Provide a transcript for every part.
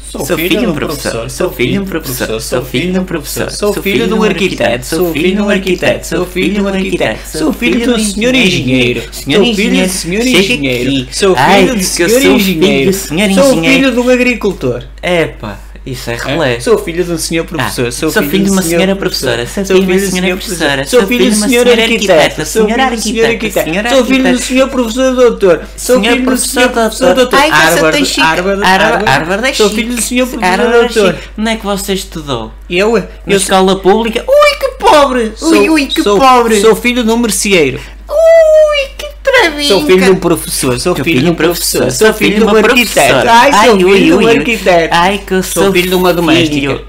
Sou filho de um professor, sou filho de um professor, sou filho de um professor, sou filho de um arquiteto, sou filho de um arquiteto, sou filho de um arquiteto, sou filho de um senhor engenheiro, sou filho de senhor engenheiro, sou filho de senhor engenheiro, sou filho de um agricultor. Epá. Isso é relé. Sou filho de um senhor professor. Sou, Ah, um Sou filho de uma senhora professora. Sou filho de uma senhora professora. Sou filho de um uma senhora arquiteta. Sou Senhora filho de uma senhora arquiteta. arquiteta. um Sou filho do senhor professor doutor. Sou Senhor filho do professor senhor professor doutor. doutor. Ai, que você tem Harvard, chique. Harvard, Harvard, Harvard é Sou chique. filho do senhor professor Harvard é doutor. chique. Onde é que você estudou? Eu, Na eu escola pública? Ui, que pobre! Ui, sou- ui, que sou- pobre! Sou filho de um merceeiro. Ui, que travinca! Sou filho de um professor. Sou Sou filho de um professor. Sou filho de um uma arquiteta. Ai, sou filho de um arquiteto. Ai, que eu sou, Sou filho de uma doméstica. filho.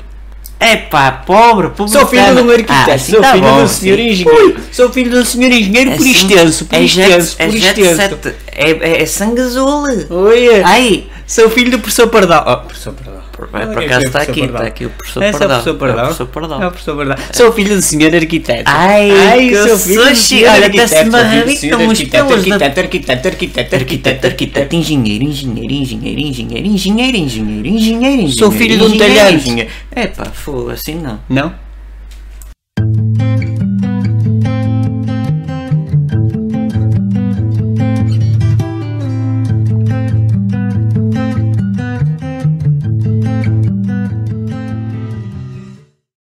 Epá, pobre, pobre. Sou filho de um arquiteto, Ah, sim, sou tá filho bom, do senhor sim. engenheiro, sou filho do senhor engenheiro por Assim, extenso, por é jet- extenso, por é jet extenso. set, É, é, é sangue azul. Oi, Ai, sou filho do professor Pardal. Oh, professor Pardal. por, Olha por quem foi acaso está o professor aqui, Pardal. está aqui o professor Esse é o Pardal. professor É o Pardal. professor Pardal. É o professor Pardal. Sou filho do senhor arquiteto. Ai, que sou filho do sushi. senhor Olha, arquiteto. até se me sou filho do arrepiam senhor os arquiteto, pelos da- arquiteto, arquiteto, arquiteto, Arquiteto, arquiteto, engenheiro, engenheiro, engenheiro, engenheiro, engenheiro, engenheiro, engenheiro, engenheiro. Sou filho de um engenheiro, talhante. engenheiro. Epá, fogo, assim não. Não?